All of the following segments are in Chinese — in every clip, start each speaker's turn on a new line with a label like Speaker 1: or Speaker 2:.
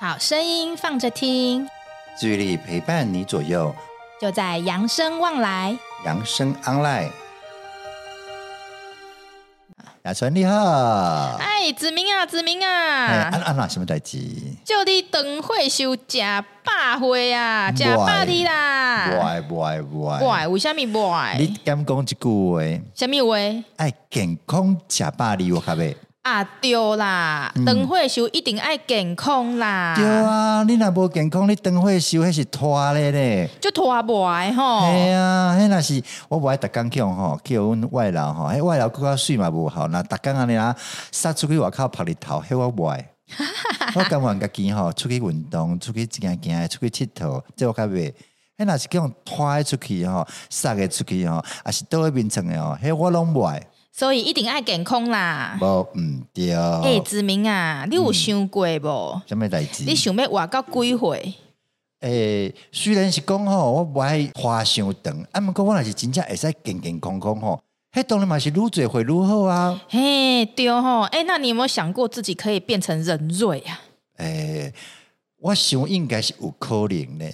Speaker 1: 好声音放着听，
Speaker 2: 治愈力陪伴你左右，
Speaker 1: 就在扬声望来。
Speaker 2: 扬声 online。雅纯你好，
Speaker 1: 哎，子明啊，子明
Speaker 2: 哎，
Speaker 1: 啊，
Speaker 2: 安安娜什么代志？
Speaker 1: 就你等会休假百会啊，
Speaker 2: 不
Speaker 1: 假百
Speaker 2: 爱
Speaker 1: 的啦。
Speaker 2: 喂喂喂，
Speaker 1: 喂，为什么
Speaker 2: 你
Speaker 1: 喂？
Speaker 2: 敢讲一句话？
Speaker 1: 什么喂？
Speaker 2: 爱健康食百里我咖啡。
Speaker 1: 啊，对啦，等会休一定爱健康啦。
Speaker 2: 嗯对啊，你若无健康，你灯会修迄是拖咧咧。
Speaker 1: 就拖不来吼。
Speaker 2: 哎啊，迄若是我无爱逐工叫吼，叫阮外劳吼，迄外劳佫较水嘛无效，若逐工安尼啊，杀出去外口晒日头，迄我无 爱。我甘愿家己吼，出去运动，出去行行，出去佚佗，这我较袂。迄若是叫人拖的出去吼，杀的出去吼，啊是倒咧眠床的吼，迄我拢无爱，
Speaker 1: 所以一定爱健康啦。
Speaker 2: 无毋对。
Speaker 1: 哎、子明啊，
Speaker 2: 嗯
Speaker 1: 你有想过无？
Speaker 2: 什物代志？
Speaker 1: 你想要活到几岁？
Speaker 2: 诶、虽然是讲吼，我无爱花伤长，啊，毋过我若是真正会使健健康康吼，迄当然嘛是愈侪岁愈好啊。
Speaker 1: 嘿，对吼，哎、那你有没有想过自己可以变成人瑞啊？
Speaker 2: 诶、我想应该是有可能的，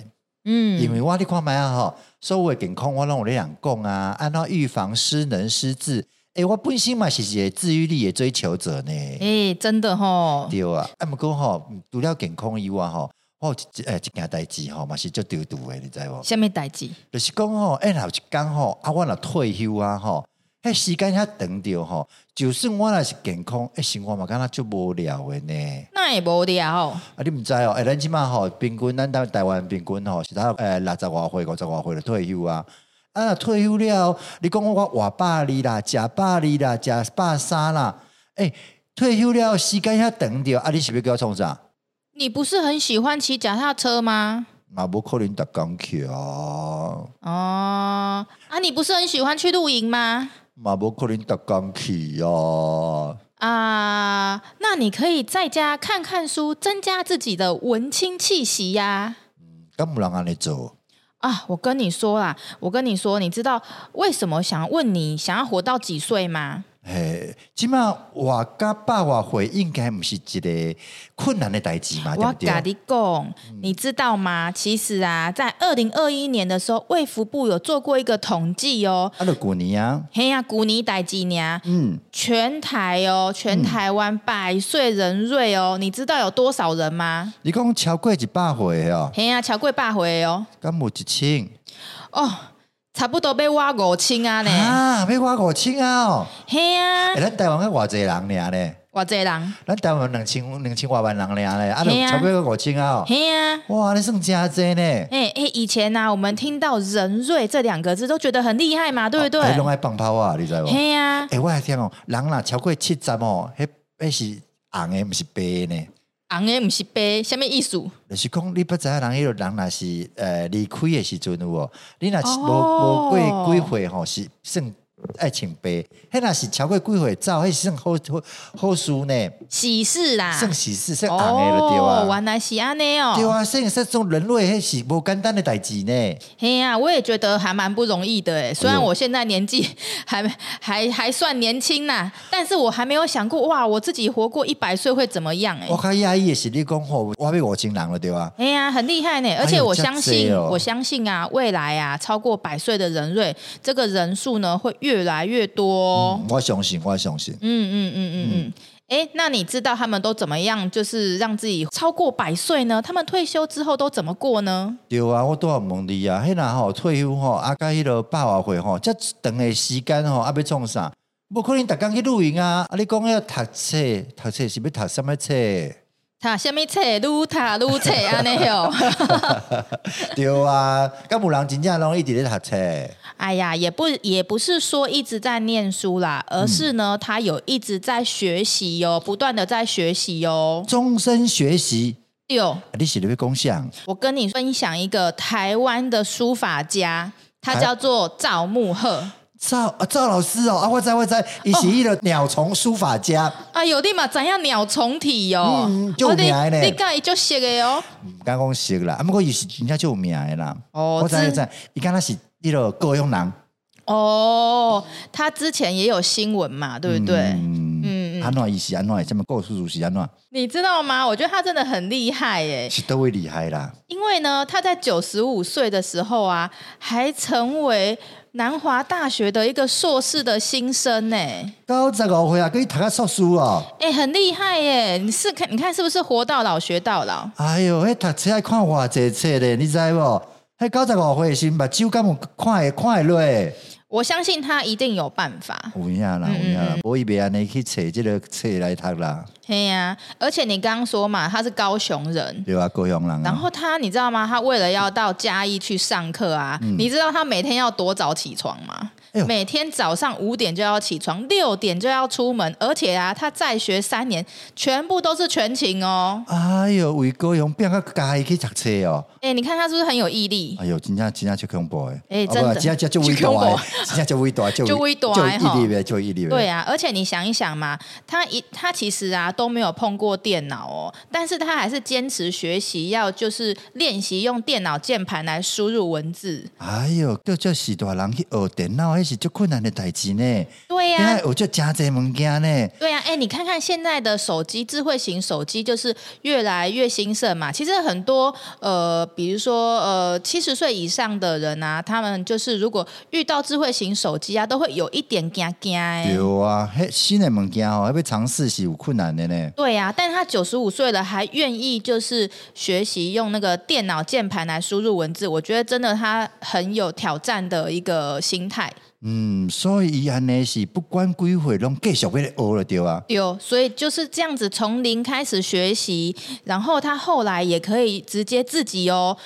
Speaker 2: 因
Speaker 1: 嗯，
Speaker 2: 为我你看觅啊吼，所有的健康我拢有咧人讲啊，安怎预防失能失智？诶、我本身嘛是一个治愈力的追求者呢。
Speaker 1: 哎、真的吼，
Speaker 2: 对啊，啊，毋过吼，除了健康以外吼，我有一呃诶一件代志吼，嘛是足丢丢的，你知无？
Speaker 1: 下面代志，
Speaker 2: 就是讲吼，哎、若有一天吼，啊，我若退休啊吼，迄时间遐长着吼，就算我若是健康，迄生活嘛敢若足无聊的呢。
Speaker 1: 那也无聊。
Speaker 2: 啊，你毋知哦，哎、咱即满吼，平均咱台台湾平均吼是到诶六十外岁、五十外岁就退休啊。啊，若退休了，你讲我活百二啦，食百二啦，食百三啦，诶、退休了时间遐长着，啊，你是要叫我创啥？
Speaker 1: 你不是很喜欢骑脚踏车吗？
Speaker 2: 嘛无可能逐工去啊，
Speaker 1: 哦，啊，你不是很喜欢去露营吗？
Speaker 2: 嘛无可能逐工去啊。
Speaker 1: 啊、那你可以在家看看书，增加自己的文青气息呀、
Speaker 2: 敢有人安尼做？
Speaker 1: 啊，我跟你说啦，我跟你说，你知道为什么想要问你想要活到几岁吗？
Speaker 2: 嘿，即马活甲百外岁应该毋是一个困难的代志啊嘛，对
Speaker 1: 我
Speaker 2: 不
Speaker 1: 跟
Speaker 2: 对？嗯
Speaker 1: 你讲，你知道吗？其实啊，在二零二一年的时候，卫福部有做过一个统计哦。
Speaker 2: 啊，就旧年啊，
Speaker 1: 嘿呀、古尼代吉年，
Speaker 2: 嗯，
Speaker 1: 全台哦，全台湾百岁人瑞哦，你知道有多少人吗？
Speaker 2: 你讲超过一百岁的哦，
Speaker 1: 嘿呀、乔贵百回哦，
Speaker 2: 敢有一千？
Speaker 1: 哦，差不多被挖五千啊呢。
Speaker 2: 啊，要我五千啊哦！
Speaker 1: 嘿呀、
Speaker 2: 欸咱台湾个偌济人尔呢？
Speaker 1: 我这人，
Speaker 2: 咱台湾两千两千外万人尔呢，啊，就
Speaker 1: 嘿啊
Speaker 2: 超过五千啊！哦。
Speaker 1: 嘿呀、
Speaker 2: 哇，你算真济呢！
Speaker 1: 哎、哎、以前呐、我们听到“人瑞”这两个字都觉得很厉害嘛，对不对？
Speaker 2: 啊你拢爱放炮啊，你知无？
Speaker 1: 嘿呀、
Speaker 2: 诶，我还听哦，人若超过七十哦，迄迄是红的，毋是白的呢。
Speaker 1: 红的不是白，什么意思？
Speaker 2: 就是讲，你不知影人迄个人若是呃离开的时阵有无？你若是无
Speaker 1: 哦
Speaker 2: 无过几岁吼，是算爱情白。迄若是超过几岁走，迄是算好好好事呢，
Speaker 1: 喜事啦！
Speaker 2: 算喜事，
Speaker 1: 哦
Speaker 2: 算红的就对啊。
Speaker 1: 原来是安尼
Speaker 2: 对
Speaker 1: 哦。
Speaker 2: 啊，所以说这种人类迄是无简单的代志呢。
Speaker 1: 嘿呀、我也觉得还蛮不容易的哎。虽
Speaker 2: 啊
Speaker 1: 然我现在年纪 还还还算年轻呐、但是我还没有想过哇，我自己活过一百岁会怎么样哎
Speaker 2: 我。较压抑的是你讲吼，我要五千人了对啊。
Speaker 1: 哎呀，很厉害呢！而
Speaker 2: 呦
Speaker 1: 且我
Speaker 2: 这
Speaker 1: 相
Speaker 2: 样
Speaker 1: 信，
Speaker 2: 子哦
Speaker 1: 我相信啊，未来啊，超过百岁的人瑞，这个人数呢会越来越多、哦。
Speaker 2: 嗯我相信，我相信。
Speaker 1: 嗯嗯嗯嗯嗯。哎，那你知道他们都怎么样，就是让自己超过百岁呢？他们退休之后都怎么过呢？
Speaker 2: 对啊，我拄少问你啊，迄若吼退休吼，啊，甲迄落百外岁吼，遮长诶时间吼，啊要创啥？无可能逐工去露营啊！啊，你讲要读册，读册是要读什么册？
Speaker 1: 他下面册撸塔撸册安尼 哟，
Speaker 2: 对啊，敢有人真正拢一直咧读册？
Speaker 1: 哎呀，也不也不是说一直在念书啦，而是呢，他有一直在学习哟、不断的在学习哟、
Speaker 2: 终身学习，
Speaker 1: 六，
Speaker 2: 啊、你是咧要讲啥？
Speaker 1: 我跟你分享一个台湾的书法家，他
Speaker 2: 台
Speaker 1: 叫做赵穆赫。
Speaker 2: 赵啊赵老师哦，啊我知我知，伊是迄落
Speaker 1: 哦
Speaker 2: 鸟虫书法家，
Speaker 1: 哎呦，你嘛知影鸟虫体哟、
Speaker 2: 嗯很有名
Speaker 1: 哦
Speaker 2: 的
Speaker 1: 你你甲伊就熟的哦。
Speaker 2: 毋敢讲熟啦，啊毋过伊是真正就有名诶啦。
Speaker 1: 哦
Speaker 2: 我知
Speaker 1: 这
Speaker 2: 我知，伊敢若是迄落高雄人，
Speaker 1: 哦，他之前也有新闻嘛，对不对？嗯
Speaker 2: 嗯
Speaker 1: 嗯嗯
Speaker 2: 安怎伊是安怎的，什么故事就是安怎，
Speaker 1: 你知道吗？我觉得他真的很厉害耶，
Speaker 2: 是都位厉害啦。
Speaker 1: 因为呢，他在九十五岁的时候啊，还成为南华大学的一个硕士的新生呢。
Speaker 2: 九十五岁啊，可以读个硕士哦。
Speaker 1: 哎，很厉害耶！你是看，你看是不是活到老学到老？
Speaker 2: 哎哟，迄读册爱看偌济册咧，你知无？迄九十五岁是目睭敢有看会看会落？有
Speaker 1: 我相信他一定有办法。
Speaker 2: 影啦，
Speaker 1: 嗯
Speaker 2: 有影啦，无伊袂安尼去找即个册来读啦，
Speaker 1: 嘿呀、而且你刚刚说嘛，他是高雄人。
Speaker 2: 对啊，高雄人
Speaker 1: 然
Speaker 2: 啊，
Speaker 1: 后他，你知道吗？他为了要到嘉义去上课啊，你知道他每天要多早起床吗？
Speaker 2: 嗯哎呦
Speaker 1: 每天早上五点就要起床，六点就要出门，而且啊，他在学三年，全部都是全勤哦。
Speaker 2: 哎哟，为高雄变到家己去读册哦。
Speaker 1: 哎，你看他是不是很有毅力？
Speaker 2: 哎哟，真正真正足恐怖诶！
Speaker 1: 哎
Speaker 2: 啊
Speaker 1: 真的
Speaker 2: 不真正足伟
Speaker 1: 很恐
Speaker 2: 大
Speaker 1: 怖
Speaker 2: 诶，真正足 伟大，足
Speaker 1: 很伟大的
Speaker 2: 足有毅
Speaker 1: 吼
Speaker 2: 力诶，足有毅力诶。
Speaker 1: 对啊，而且你想一想嘛，他一他其实啊都没有碰过电脑哦，但是他还是坚持学习，要就是练习用电脑键盘来输入文字。
Speaker 2: 哎哟，叫做是大人去学电脑，迄是足困难诶代志呢。
Speaker 1: 对啊呀、
Speaker 2: 现在学足真济物件呢。
Speaker 1: 对呀、哎，你看看现在的手机，智慧型手机就是越来越兴盛嘛。其实很多呃，比如说呃，七十岁以上的人啊，他们就是如果遇到智慧型手机啊，都会有一点惊惊哎。
Speaker 2: 对啊，迄新诶物件吼，要尝试是有困难的呢。
Speaker 1: 对呀、但他九十五岁了，还愿意就是学习用那个电脑键盘来输入文字，我觉得真的他很有挑战的一个心态。
Speaker 2: 嗯，所以伊安尼是不管几岁拢继续要咧学了对啊。
Speaker 1: 有，所以就是这样子从零开始学习，然后他后来也可以直接自己哦。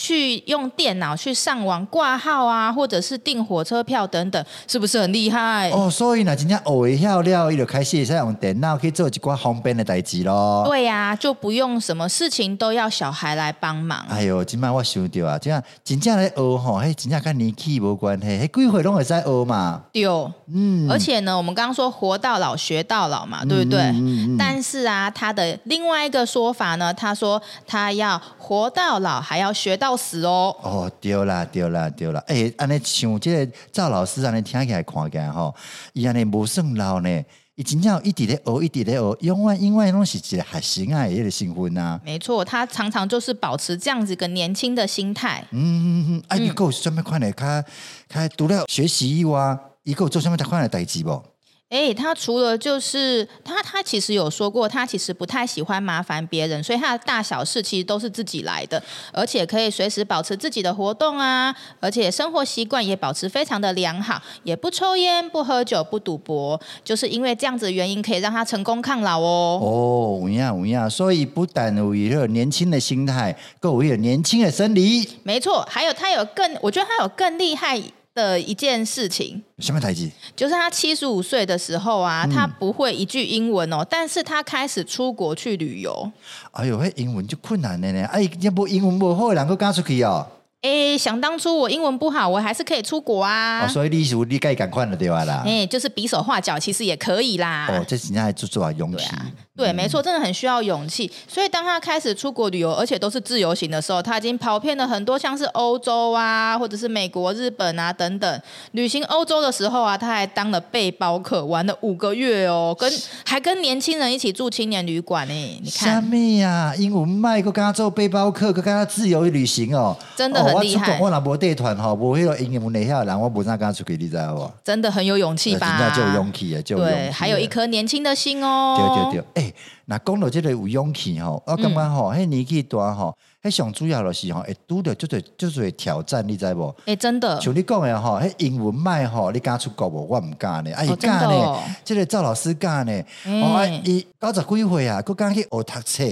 Speaker 1: 去用电脑去上网挂号啊，或者是订火车票等等，是不是很厉害？
Speaker 2: 哦，所以若真正学会晓了，伊就开始会使用电脑去做一寡方便的代志咯。
Speaker 1: 对呀、就不用什么事情都要小孩来帮忙。
Speaker 2: 哎哟，即摆我想着啊，即样真正咧学吼，迄真正甲年纪无关系，迄几岁拢会使学嘛。
Speaker 1: 有，
Speaker 2: 嗯，
Speaker 1: 而且呢，我们刚刚说活到老学到老嘛，对不对？
Speaker 2: 嗯嗯嗯
Speaker 1: 但是啊，他的另外一个说法呢，他说他要活到老，还要学到死哦。
Speaker 2: 哦，对啦，对啦，对啦。诶、安尼像即个赵老师安尼听起来看起来吼，伊安尼无算老呢，伊真正有一直咧学，一直咧学，永远永远拢是一个学生啊，迄个身份啊。
Speaker 1: 没错，他常常就是保持这样子一个年轻的心态。
Speaker 2: 嗯，啊，伊个有啥物款诶，较较除了学习以外，伊个有做啥物款诶代志无？
Speaker 1: 诶，他除了就是他，他其实有说过，他其实不太喜欢麻烦别人，所以他的大小事其实都是自己来的，而且可以随时保持自己的活动啊，而且生活习惯也保持非常的良好，也不抽烟、不喝酒、不赌博，就是因为这样子的原因，可以让他成功抗老哦。
Speaker 2: 哦，有影有影，所以不但有伊个年轻的心态，佮有伊个年轻的生理，
Speaker 1: 没错，还有他有更，我觉得他有更厉害的一件事情，
Speaker 2: 有啥物代志？
Speaker 1: 就是他七十五岁的时候啊，他不会一句英文哦，但是他开始出国去旅游。
Speaker 2: 哎哟，迄英文就困难的呢，啊，伊这无英文无好的人，佮敢出去哦。
Speaker 1: 诶，想当初我英文不好，我还是可以出国啊。
Speaker 2: 哦，所以你是有你该赶快了对吧啦？
Speaker 1: 诶，就是比手画脚，其实也可以啦。
Speaker 2: 哦，这真正还做做啊勇
Speaker 1: 对
Speaker 2: 气。
Speaker 1: 啊，对，没错，真的很需要勇气。所以当他开始出国旅游，而且都是自由行的时候，他已经跑遍了很多像是欧洲啊，或者是美国、日本啊等等。旅行欧洲的时候啊，他还当了背包客，玩了五个月哦，跟还跟年轻人一起住青年旅馆呢、你
Speaker 2: 虾
Speaker 1: 看，
Speaker 2: 米啊？英文麦佮敢做背包客，佮敢自由旅行哦，
Speaker 1: 真的很厉害
Speaker 2: 哦、我出国我若无带团吼，无迄个英文会晓的人，我无啥敢出去，你知道无？
Speaker 1: 真的很有勇气
Speaker 2: 真
Speaker 1: 吧？
Speaker 2: 呃正就有勇气的，啊就有勇气
Speaker 1: 啊对，
Speaker 2: 的。
Speaker 1: 还有一颗年轻的心哦。嗯
Speaker 2: 对对对，诶、若讲到即个有勇气吼，我感觉吼，迄、年纪大吼，迄上主要就是吼，会拄着即个即个挑战，你知无？
Speaker 1: 哎、真的，
Speaker 2: 像你讲的吼，迄英文麦吼，你敢出国无？我毋敢呢，啊伊
Speaker 1: 哦真的
Speaker 2: 敢呢
Speaker 1: 哦，
Speaker 2: 即、个赵老师敢呢，
Speaker 1: 嗯
Speaker 2: 哦啊伊九十几岁啊，佫敢去学读册。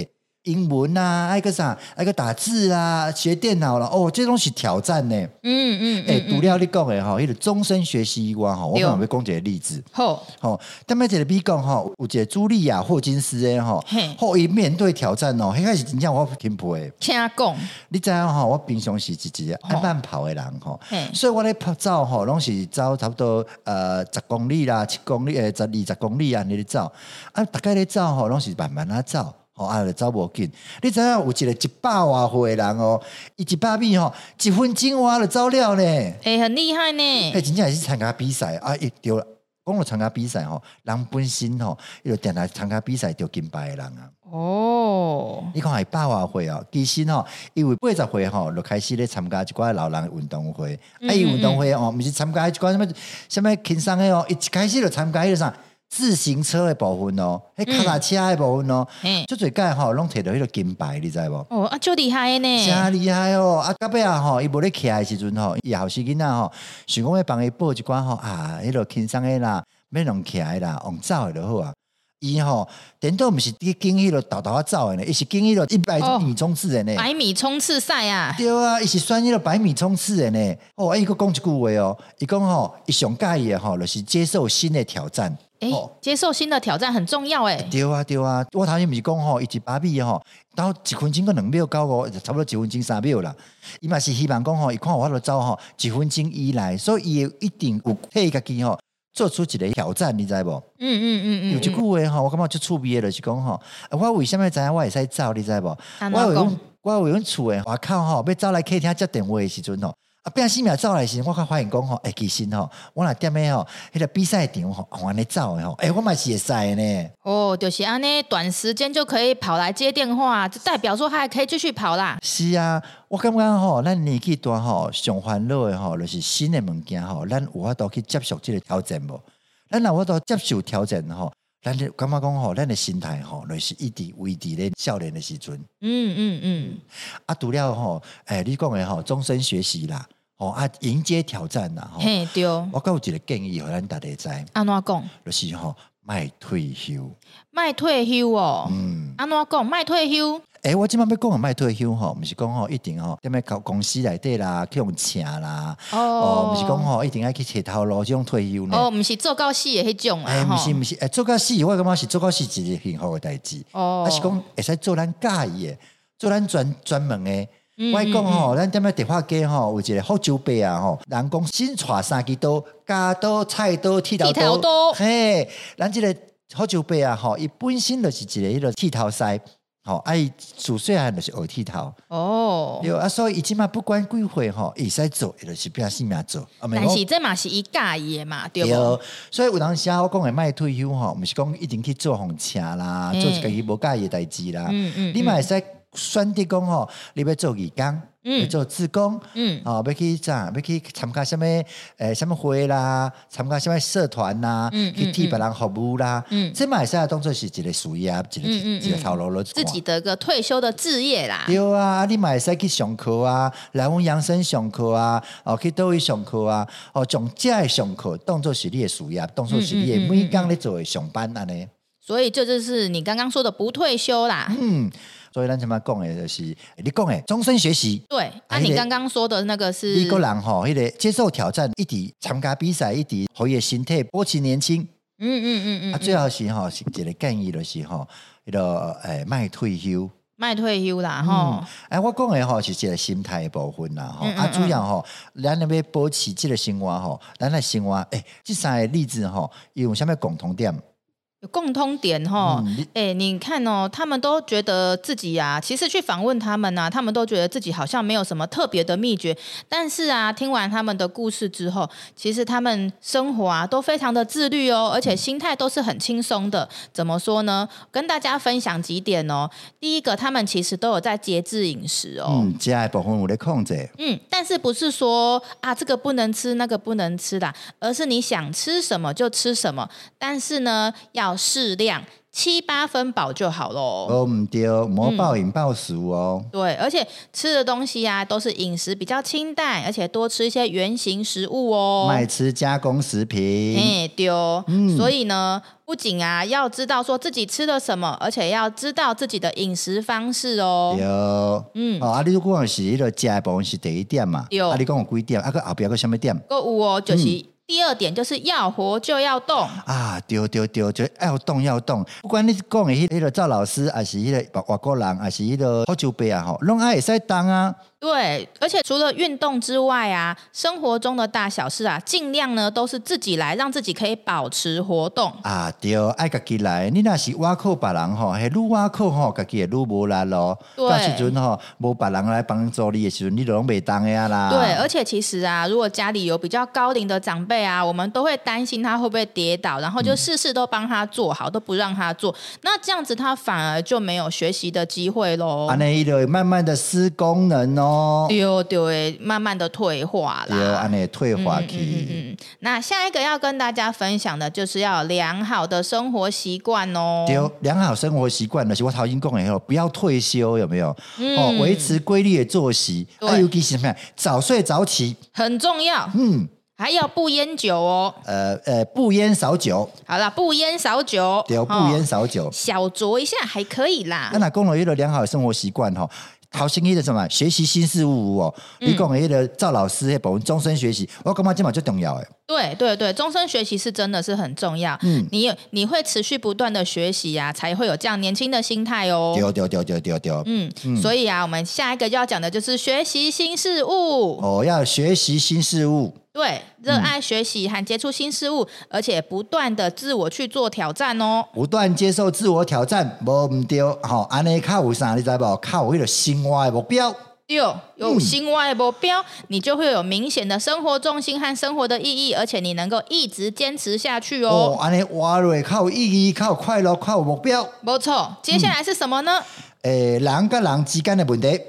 Speaker 2: 英文啊，爱个啥，爱个打字啊，学电脑啦，哦，这拢是挑战呢。
Speaker 1: 嗯嗯，
Speaker 2: 诶、
Speaker 1: 嗯
Speaker 2: 除了你讲的吼，迄个终身学习以外吼，我
Speaker 1: 对哦
Speaker 2: 可能要讲一个例子。
Speaker 1: 后
Speaker 2: 吼、但麦一个美国吼，有一个茱莉亚霍金斯诶吼
Speaker 1: 嘿，
Speaker 2: 后伊面对挑战哦，迄开始真正我挺佩诶。
Speaker 1: 听讲，
Speaker 2: 你知影吼，我平常是一个爱慢跑诶人吼
Speaker 1: 嘿，
Speaker 2: 所以我咧跑走吼，拢是走差不多呃十公里啦、七公里诶、呃十二十公里安尼咧走，啊，大概咧走吼，拢是慢慢啊走。吼，啊，就走无紧。你知影有一个一百外岁的人哦，伊一百米吼，一分钟我就走了呢。
Speaker 1: 哎、很厉害呢
Speaker 2: 哎、。真正是参加比赛啊！一丢了，讲到参加比赛吼，人本身吼，伊就定来参加比赛就金牌的人啊。
Speaker 1: 哦，
Speaker 2: 你看伊百外岁哦，其实吼，因为八十岁吼，就开始咧参加一寡老人的运动会。啊，伊运动会哦，毋是参加一寡什物什物轻松的哦，伊一开始就参加迄个啥自行车的部分哦，迄脚踏车的部分哦，
Speaker 1: 嘿，
Speaker 2: 足侪届吼拢摕到迄个金牌，你知无？
Speaker 1: 哎哦啊，就厉害的呢，
Speaker 2: 真厉害哦！啊，到尾啊吼，伊无咧起来的时阵吼，伊也后生囡仔吼，想讲要帮伊报一寡吼啊，迄落轻松诶啦，免弄起来啦，用走诶就好啊。伊吼，颠倒毋是去经迄落豆豆啊走诶呢，伊是经迄落一百
Speaker 1: 哦
Speaker 2: 米冲刺诶呢。
Speaker 1: 百米冲刺赛啊，
Speaker 2: 对啊，伊是选迄落百米冲刺诶呢。哦，啊伊佫讲一句话哦，伊讲吼，伊上介意诶吼，就是接受新的挑战。
Speaker 1: 哎
Speaker 2: 哦，
Speaker 1: 接受新的挑战很重要哎，
Speaker 2: 对啊，对啊，我头先毋是讲吼，伊一百米吼，到一分钟个两秒到五，差不多一分钟三秒啦。伊嘛是希望讲吼，伊看有法度走吼，一分钟以内，所以伊会一定有替家己吼做出一个挑战，你知无？
Speaker 1: 嗯嗯嗯
Speaker 2: 有一句
Speaker 1: 嗯
Speaker 2: 话吼，我感觉最趣味的就是讲吼，啊我为什么知影我会使走，你知无？
Speaker 1: 安
Speaker 2: 我
Speaker 1: 怎
Speaker 2: 有
Speaker 1: 讲
Speaker 2: 阮我有阮厝诶，外口吼，要走来客厅接电话诶时阵吼，啊，变死命走来的时，阵，我较发现讲吼，诶、哎其实吼，我若踮诶吼，迄个比赛场吼，往安尼走诶吼，诶、我嘛是会使的呢。
Speaker 1: 哦，就是安尼，短时间就可以跑来接电话，这代表说他还可以继续跑啦。
Speaker 2: 是啊，我感觉吼，咱年纪大吼，上烦恼的吼，就是新的物件吼，咱有法度去接受即个挑战无？咱若有法度接受挑战吼，咱就感觉讲吼，咱的心态吼，就是一直维持咧少年的时阵。
Speaker 1: 嗯嗯嗯，
Speaker 2: 啊，除了吼，诶、你讲的吼，终身学习啦，吼啊，迎接挑战啦，吼。
Speaker 1: 嘿对，
Speaker 2: 我还有一个建议，互咱大家知，
Speaker 1: 安怎讲？
Speaker 2: 就是吼，卖退休。
Speaker 1: 卖退休哦，
Speaker 2: 嗯，
Speaker 1: 安怎讲？卖退休？
Speaker 2: 诶、我即摆要讲的卖退休吼，毋是讲吼一定吼，踮咧搞公司内底啦，去用请啦，哦，
Speaker 1: 哦，
Speaker 2: 毋是讲吼，一定爱去切头路，即种退休呢
Speaker 1: 哦，。毋是做到死的迄种
Speaker 2: 哎，
Speaker 1: 啊，
Speaker 2: 毋
Speaker 1: 吼
Speaker 2: 是毋是，哎，做到死，我感觉是做到死一个幸福诶代志。
Speaker 1: 哦
Speaker 2: 啊，是讲会使做咱喜意诶，做咱专专门诶。
Speaker 1: 嗯
Speaker 2: 我跟你讲吼，咱踮咧电话街吼，有一个福州伯啊吼，人讲新娶三支刀，剪刀、菜刀、剃头
Speaker 1: 剃头刀
Speaker 2: 嘿，咱即个福州伯啊吼，伊本身就是一个迄落剃头师，吼，啊伊自细汉就是学剃头。
Speaker 1: 哦，
Speaker 2: 对啊，所以伊即嘛不管几岁吼，伊会使做，伊就是拼性命做。啊，咪
Speaker 1: 但
Speaker 2: 讲
Speaker 1: 是这嘛是伊介意的嘛，对
Speaker 2: 对
Speaker 1: 不？，
Speaker 2: 所以有当时啊，我讲的卖退休吼，毋是讲一定去做红车啦，
Speaker 1: 嗯
Speaker 2: 做一家己无介意的代志啦。
Speaker 1: 嗯嗯
Speaker 2: 你嘛会使选择讲吼，你要做义工，
Speaker 1: 嗯
Speaker 2: 要做志工，
Speaker 1: 嗯
Speaker 2: 哦，要去啥，要去参加什物诶什物会啦，参加什物社团啦，
Speaker 1: 嗯嗯
Speaker 2: 去替别人服务啦，
Speaker 1: 嗯
Speaker 2: 这嘛会使当做是一个事业，一个
Speaker 1: 嗯嗯嗯
Speaker 2: 一个头路咯。
Speaker 1: 自己的一个退休的置业啦。
Speaker 2: 对啊，你嘛会使去上课啊，来阮养生上课啊，哦去倒位上课啊，哦从遮诶上课当做是你的事业，当做是你
Speaker 1: 嗯
Speaker 2: 的每工咧做的上班安尼。
Speaker 1: 所以这就是你刚刚说的不退休啦。
Speaker 2: 嗯，所以咱即摆讲的就是你讲的终身学习。
Speaker 1: 对，那、
Speaker 2: 啊那
Speaker 1: 你
Speaker 2: 个
Speaker 1: 刚刚说的那个是
Speaker 2: 你个人吼、迄、个接受挑战，一直参加比赛，一直互伊的身体保持年轻。
Speaker 1: 嗯嗯嗯
Speaker 2: 啊，
Speaker 1: 嗯，
Speaker 2: 最后是吼、是一个建议就是吼、迄、个诶，卖退休。
Speaker 1: 卖退休啦，吼、
Speaker 2: 哎，我讲的吼是一个心态的部分啦，吼
Speaker 1: 嗯嗯
Speaker 2: 啊，
Speaker 1: 嗯
Speaker 2: 主要吼，咱若要保持这个生活吼，咱的生活，诶，这三个例子吼，伊有啥物共同点？
Speaker 1: 有共通点吼。
Speaker 2: 嗯你
Speaker 1: 哎、你看哦，他们都觉得自己啊，其实去访问他们啊，他们都觉得自己好像没有什么特别的秘诀，但是啊，听完他们的故事之后，其实他们生活啊都非常的自律哦，而且心态都是很轻松的。怎么说呢？跟大家分享几点哦。第一个，他们其实都有在节制饮食哦。
Speaker 2: 嗯，这个部分有咧控制，
Speaker 1: 嗯，但是不是说啊这个不能吃那个不能吃啦，而是你想吃什么就吃什么，但是呢要适量，七八分饱就好喽。
Speaker 2: 哦，毋对，莫暴饮暴食哦。
Speaker 1: 对，而且吃的东西啊，都是饮食比较清淡，而且多吃一些原形食物哦。
Speaker 2: 卖吃加工食品，
Speaker 1: 哎，丢、所以呢，不仅啊要知道说自己吃了什么，而且要知道自己的饮食方式哦
Speaker 2: 对。。嗯，哦，啊，你如果是迄个食的部分是第一点嘛，
Speaker 1: 对
Speaker 2: 啊，你讲有几点？啊，个后壁个啥物点？
Speaker 1: 购物哦，就是、第二点，就是要活就要动。
Speaker 2: 啊，对对对，就要动要动，不管你讲的迄迄个赵老师，还是迄个外国人，还是迄个福州伯啊，吼，拢爱会使动啊。
Speaker 1: 对，而且除了运动之外啊，生活中的大小事啊，尽量呢都是自己来，让自己可以保持活动。
Speaker 2: 啊，对，爱家己来，你若是挖靠别人吼，迄愈挖靠吼，家己会愈无力咯。
Speaker 1: 对
Speaker 2: 到时阵吼，无别人来帮助你的时阵，你就拢袂当的啊啦。
Speaker 1: 对，而且其实啊，如果家里有比较高龄的长辈啊，我们都会担心他会不会跌倒，然后
Speaker 2: 嗯
Speaker 1: 就事事都帮他做好，都不让他做。那这样子，他反而就没有学习的机会喽。
Speaker 2: 安尼伊就会慢慢的失功能哦，
Speaker 1: 丢丢诶，哎慢慢的退化
Speaker 2: 对，
Speaker 1: 啦。
Speaker 2: 安尼会退化去。
Speaker 1: 嗯，那下一个要跟大家分享的就是要有良好的生活习惯哦。
Speaker 2: 对，良好生活习惯就是我头先讲的吼，不要退休，有没有？哦，维持规律的作息，
Speaker 1: 嗯对
Speaker 2: 啊，尤其是什么呀？早睡早起，
Speaker 1: 很重要，
Speaker 2: 嗯，
Speaker 1: 还要不烟酒哦。
Speaker 2: 呃呃，不烟少酒，
Speaker 1: 好啦，不烟少酒，
Speaker 2: 对，不
Speaker 1: 哦
Speaker 2: 烟少酒。
Speaker 1: 小酌一下还可以啦
Speaker 2: 啊，。那讲了迄个良好的生活习惯吼，头先迄个什么学习新事物哦，
Speaker 1: 嗯
Speaker 2: 你讲的迄个赵老师迄部分终身学习，我感觉这嘛最重要诶。
Speaker 1: 对对对，终身学习是真的是很重要。嗯，你你会持续不断的学习呀、才会有这样年轻的心态哦。
Speaker 2: 对对对对对对，
Speaker 1: 嗯，所以啊，我们下一个要讲的就是学习新事物。
Speaker 2: 哦，嗯要学习新事物，
Speaker 1: 对，热爱学习和接触新事物，而且不断的自我去做挑战哦。
Speaker 2: 不断接受自我挑战，无毋对，吼、安尼较有啥你知无？较有迄个生活的目标。
Speaker 1: 六
Speaker 2: 嗯
Speaker 1: 有新外目标，你就会有明显的生活重心和生活的意义，而且你能够一直坚持下去
Speaker 2: 哦
Speaker 1: 哦。，
Speaker 2: 安尼活落较有意义，较有快乐，较有目标。
Speaker 1: 没错，接
Speaker 2: 嗯
Speaker 1: 下来是什么呢？
Speaker 2: 诶、人甲人之间的问题，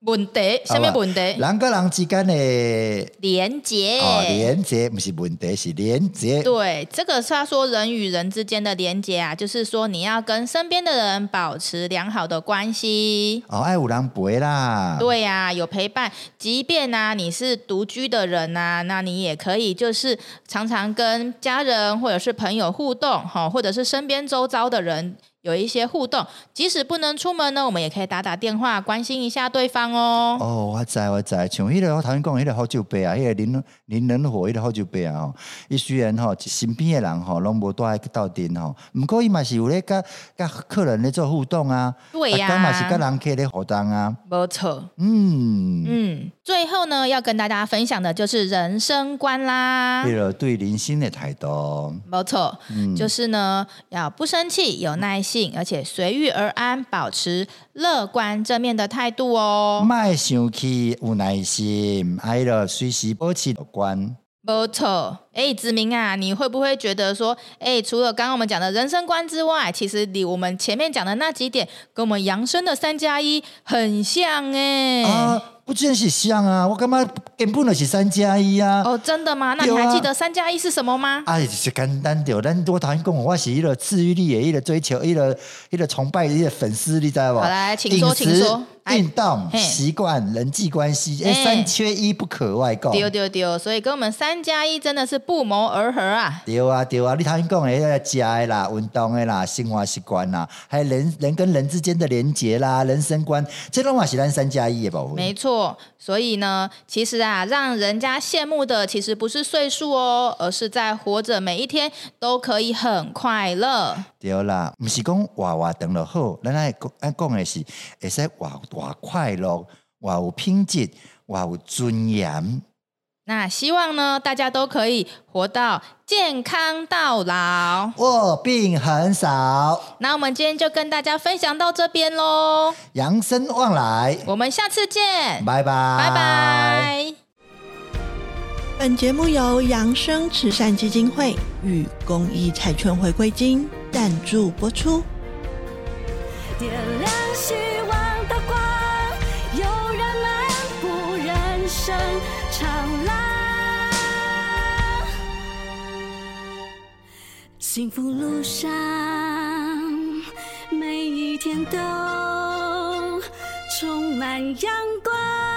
Speaker 1: 问题，什么
Speaker 2: 好吧
Speaker 1: 问题？
Speaker 2: 人甲人之间的
Speaker 1: 连接。
Speaker 2: 哦连接，毋是问题，是连接。
Speaker 1: 对，这个是他说人与人之间的连接啊，就是说你要跟身边的人保持良好的关系。
Speaker 2: 哦，爱有人陪啦。
Speaker 1: 对呀、有陪伴，即便呢、啊你是独居的人呐、那你也可以就是常常跟家人或者是朋友互动，哈，或者是身边周遭的人有一些互动。即使不能出门呢，我们也可以打打电话关心一下对方哦。
Speaker 2: 哦，我知我知，像迄个我头先讲迄个好酒杯啊，迄个林林仁火迄个好酒杯啊吼，伊虽然吼身边的人吼拢无带去斗阵吼，毋过伊嘛是有咧甲甲客人咧做互动啊，
Speaker 1: 对呀、
Speaker 2: 逐天嘛是甲人客咧互动啊，
Speaker 1: 没错。
Speaker 2: 嗯，
Speaker 1: 嗯，最后呢，要跟大家分享的就是人生观啦。
Speaker 2: 迄个对人生的态度，
Speaker 1: 没错，
Speaker 2: 嗯
Speaker 1: 就是呢，要不生气，有耐性，而且随遇而安，保持乐观正面的态度哦。
Speaker 2: 莫生气，有耐心，啊，迄个随时保持乐观。
Speaker 1: 没错，哎，子明啊，你会不会觉得说，哎，除了刚刚我们讲的人生观之外，其实你我们前面讲的那几点，跟我们扬生的三加一很像哎、
Speaker 2: 啊，不见是像啊，我感觉根本就是三加一啊。
Speaker 1: 哦，真的吗？那你
Speaker 2: 有啊
Speaker 1: 还记得三加一是什么吗？
Speaker 2: 啊，是简单着，咱我头先讲，我是迄个治愈力的，迄个追求，迄个迄个崇拜，迄个粉丝，你知道无？
Speaker 1: 好来请说
Speaker 2: 饮食
Speaker 1: 请说来
Speaker 2: 运动
Speaker 1: 嘿
Speaker 2: 习惯、人际关系，哎，
Speaker 1: 嘿
Speaker 2: 三缺一不可外讲。
Speaker 1: 丢丢丢！所以跟我们三加一真的是不谋而合啊。
Speaker 2: 对啊，对啊，你头先讲的迄个食的啦、运动的啦、生活习惯啦，还有人人跟人之间的连结啦、人生观，这拢嘛是咱三加一的部分。
Speaker 1: 没错，所以呢，其实啊，让人家羡慕的其实不是岁数哦，而是在活着每一天都可以很快乐。
Speaker 2: 对啦，毋是讲活活长就好，咱爱讲咱讲的是会使活活快乐、活有品质、活有尊严。
Speaker 1: 那希望呢，大家都可以活到健康到老。
Speaker 2: 卧病很少，
Speaker 1: 那我们今天就跟大家分享到这边喽，
Speaker 2: 养生旺来，
Speaker 1: 我们下次见，
Speaker 2: 拜拜，
Speaker 1: 拜
Speaker 2: 拜。
Speaker 1: 拜。
Speaker 3: 本节目由扬生慈善基金会与公益彩券回馈金赞助播出。
Speaker 4: 点亮希望的光，有人漫步人生长廊，幸福路上每一天都充满阳光。